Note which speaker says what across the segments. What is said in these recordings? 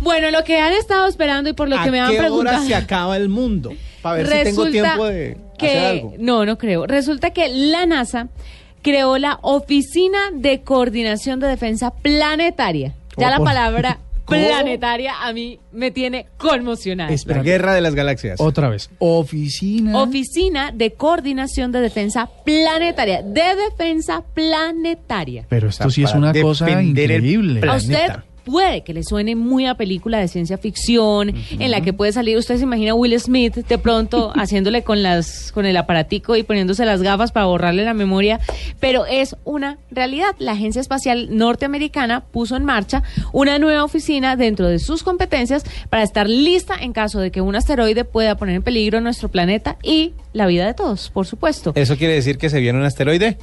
Speaker 1: Bueno, lo que han estado esperando y por lo
Speaker 2: ¿A
Speaker 1: que me han
Speaker 2: qué hora
Speaker 1: preguntado.
Speaker 2: se acaba el mundo? Para ver si tengo
Speaker 1: Resulta
Speaker 2: tiempo de
Speaker 1: que
Speaker 2: hacer algo.
Speaker 1: no, no creo. Resulta que la NASA creó la Oficina de Coordinación de Defensa Planetaria.
Speaker 2: ¿Cómo
Speaker 1: Ya la
Speaker 2: por-
Speaker 1: palabra
Speaker 2: ¿Cómo?
Speaker 1: planetaria a mí me tiene conmocionada.
Speaker 2: Es la guerra de las galaxias.
Speaker 3: Otra vez. Oficina.
Speaker 1: Oficina de Coordinación de Defensa Planetaria, de Defensa Planetaria.
Speaker 3: Pero
Speaker 2: O sea,
Speaker 3: esto sí es
Speaker 2: para
Speaker 3: una cosa
Speaker 2: defender el
Speaker 3: increíble.
Speaker 2: plan-
Speaker 1: A usted
Speaker 2: Planeta.
Speaker 1: puede que le suene muy a película de ciencia ficción, en la que puede salir, usted se imagina a Will Smith de pronto haciéndole con las con el aparatico y poniéndose las gafas para borrarle la memoria, pero es una realidad. La Agencia Espacial Norteamericana puso en marcha una nueva oficina dentro de sus competencias para estar lista en caso de que un asteroide pueda poner en peligro nuestro planeta y la vida de todos, por supuesto.
Speaker 2: ¿Eso quiere decir que se viene un asteroide?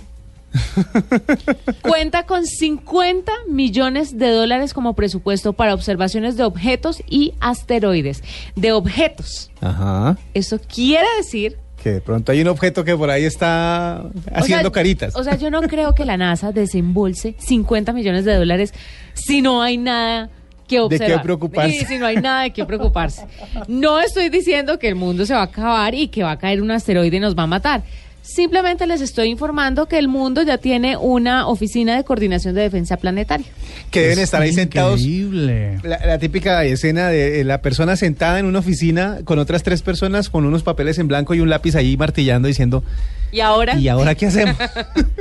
Speaker 1: Cuenta con 50 millones de dólares como presupuesto para observaciones de objetos y asteroides. De objetos.
Speaker 2: Ajá.
Speaker 1: Eso quiere decir...
Speaker 2: Que de pronto hay un objeto que por ahí está
Speaker 1: o
Speaker 2: haciendo
Speaker 1: sea,
Speaker 2: caritas.
Speaker 1: O sea, yo no creo que la NASA desembolse 50 millones de dólares si no hay nada que
Speaker 2: qué
Speaker 1: observar.
Speaker 2: preocuparse.
Speaker 1: Y si no hay nada de qué preocuparse. No estoy diciendo que el mundo se va a acabar y que va a caer un asteroide y nos va a matar. Simplemente les estoy informando que el mundo ya tiene una oficina de coordinación de defensa planetaria.
Speaker 2: que deben estar ahí sentados.
Speaker 3: Increíble.
Speaker 2: La, la típica escena de eh, la persona sentada en una oficina con otras tres personas con unos papeles en blanco y un lápiz allí martillando diciendo,
Speaker 1: Y ahora...
Speaker 2: ¿y ahora qué hacemos?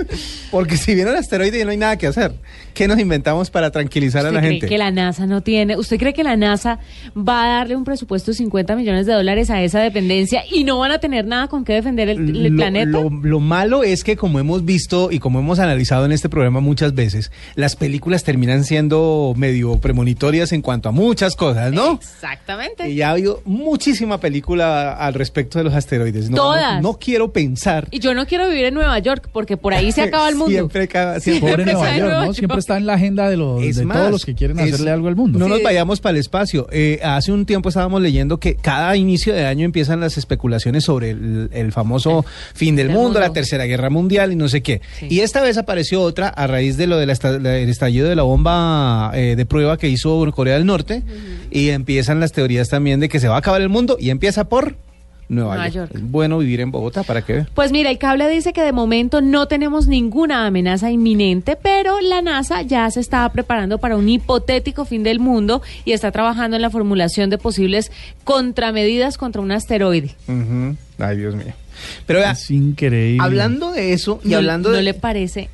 Speaker 2: Porque si viene un asteroide ya no hay nada que hacer. ¿Qué nos inventamos para tranquilizar a
Speaker 1: ¿Usted
Speaker 2: la
Speaker 1: cree
Speaker 2: gente?
Speaker 1: que la NASA no tiene? ¿Usted cree que la NASA va a darle un presupuesto de 50 millones de dólares a esa dependencia y no van a tener nada con qué defender el, el
Speaker 2: lo,
Speaker 1: planeta?
Speaker 2: lo- lo malo es que como hemos visto y como hemos analizado en este programa muchas veces, las películas terminan siendo medio premonitorias en cuanto a muchas cosas, ¿no?
Speaker 1: Exactamente.
Speaker 2: Y ya ha habido muchísima película al respecto de los asteroides. No, no-
Speaker 1: Todas.
Speaker 2: No, quiero pensar.
Speaker 1: Y yo no quiero vivir en Nueva York porque por ahí se acaba el mundo.
Speaker 2: Siempre, acaba- siempre-
Speaker 3: Pobre
Speaker 1: Empezó
Speaker 3: Nueva
Speaker 1: de
Speaker 3: York,
Speaker 1: nuevo,
Speaker 3: ¿no? Siempre
Speaker 1: yo.
Speaker 3: está en la agenda de, los,
Speaker 2: Es
Speaker 3: de
Speaker 2: más,
Speaker 3: todos los que quieren
Speaker 2: es-
Speaker 3: hacerle algo al mundo.
Speaker 2: No nos
Speaker 1: Sí.
Speaker 2: vayamos para el espacio. Eh, hace un tiempo estábamos leyendo que cada inicio de año empiezan las especulaciones sobre el, el famoso fin del
Speaker 1: Del
Speaker 2: mundo,
Speaker 1: mundo.
Speaker 2: la Tercera Guerra Mundial y no sé qué.
Speaker 1: Sí.
Speaker 2: Y esta vez apareció otra a raíz de lo del esta- la- el estallido de la bomba eh, de prueba que hizo Corea del Norte. Y empiezan las teorías también de que se va a acabar el mundo y empieza por Nueva,
Speaker 1: Nueva
Speaker 2: York.
Speaker 1: York.
Speaker 2: Es bueno vivir en Bogotá, ¿para qué?
Speaker 1: Pues mira, el cable dice que de momento no tenemos ninguna amenaza inminente, pero la NASA ya se está preparando para un hipotético fin del mundo y está trabajando en la formulación de posibles contramedidas contra un asteroide.
Speaker 2: Ujú. Ay, Dios mío. Pero vea,
Speaker 3: Es increíble.
Speaker 2: hablando de eso y
Speaker 1: no,
Speaker 2: hablando
Speaker 1: no
Speaker 2: de...
Speaker 1: le parece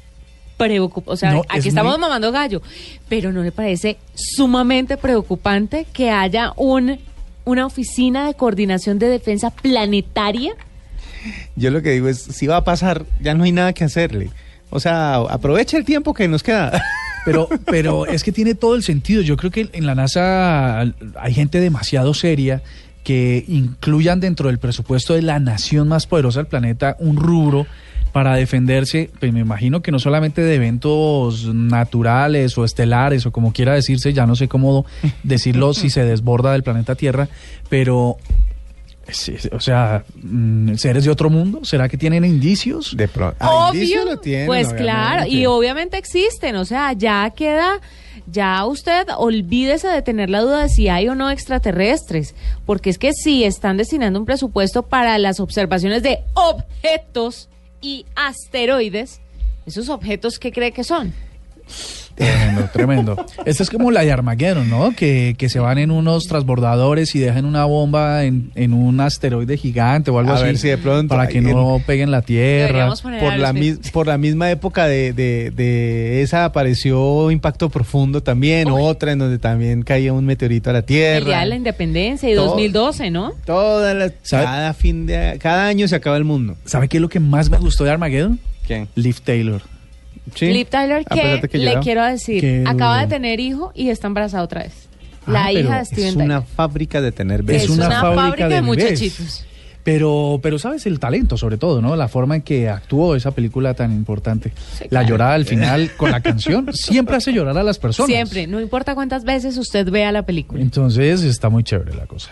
Speaker 1: preocupante, o sea,
Speaker 3: No,
Speaker 1: aquí
Speaker 3: es
Speaker 1: estamos
Speaker 3: muy-
Speaker 1: mamando gallo, pero no le parece sumamente preocupante que haya un una oficina de coordinación de defensa planetaria.
Speaker 2: Yo lo que digo es, si va a pasar, ya no hay nada que hacerle. O sea, aprovecha el tiempo que nos queda.
Speaker 3: Pero, pero es que tiene todo el sentido. Yo creo que en la NASA hay gente demasiado seria que incluyan dentro del presupuesto de la nación más poderosa del planeta un rubro para defenderse, pues me imagino que no solamente de eventos naturales o estelares o como quiera decirse, ya no sé cómo decirlo si se desborda del planeta Tierra, pero, sí, sí, o sea, mm, seres de otro mundo, ¿será que tienen indicios?
Speaker 2: De pronto.
Speaker 1: Obvio. pues claro, y obviamente existen, o sea, ya queda, ya usted olvídese de tener la duda de si hay o no extraterrestres, porque es que si están destinando un presupuesto para las observaciones de objetos y asteroides, esos objetos que cree que son.
Speaker 3: Tremendo, tremendo. Esto es como la de Armageddon, ¿no? Que, que se van en unos transbordadores y dejan una bomba en, en un asteroide gigante o algo
Speaker 2: A
Speaker 3: así.
Speaker 2: ver si de pronto
Speaker 3: Para que
Speaker 2: hay-
Speaker 3: no peguen la Tierra.
Speaker 1: Deberíamos poner
Speaker 2: Por
Speaker 1: a
Speaker 2: la,
Speaker 1: los-
Speaker 2: mis- por la misma época de, de- de esa apareció Impacto Profundo también,
Speaker 1: Uy.
Speaker 2: otra en donde también caía un meteorito a la
Speaker 1: el Día
Speaker 2: Tierra.
Speaker 1: de la Independencia y
Speaker 2: Todo.
Speaker 1: 2012, ¿no?
Speaker 2: Todas las-
Speaker 3: ¿Sabe?
Speaker 2: cada fin de cada año se acaba el mundo.
Speaker 3: ¿Sabe qué es lo que más me gustó de Armageddon?
Speaker 2: ¿Quién?
Speaker 3: Liv Taylor.
Speaker 2: ¿Sí?
Speaker 1: Liv Tyler,
Speaker 2: A pesar de
Speaker 1: que,
Speaker 2: que
Speaker 1: le
Speaker 2: lloraba.
Speaker 1: quiero decir,
Speaker 3: Qué
Speaker 1: acaba de
Speaker 3: duro.
Speaker 1: tener hijo y está embarazada otra vez. La
Speaker 3: Ah, pero
Speaker 1: hija de Steven
Speaker 2: Es
Speaker 1: Tyler.
Speaker 2: una fábrica de tener
Speaker 3: Es
Speaker 2: besos.
Speaker 3: una fábrica de bebés.
Speaker 1: muchachitos.
Speaker 3: Pero, pero sabes el talento, sobre todo, ¿no? La forma en que actuó esa película tan importante.
Speaker 1: Sí,
Speaker 3: La
Speaker 1: claro.
Speaker 3: llorada al final con la canción siempre hace llorar a las personas.
Speaker 1: Siempre, no importa cuántas veces usted vea la película.
Speaker 3: Entonces está muy chévere la cosa.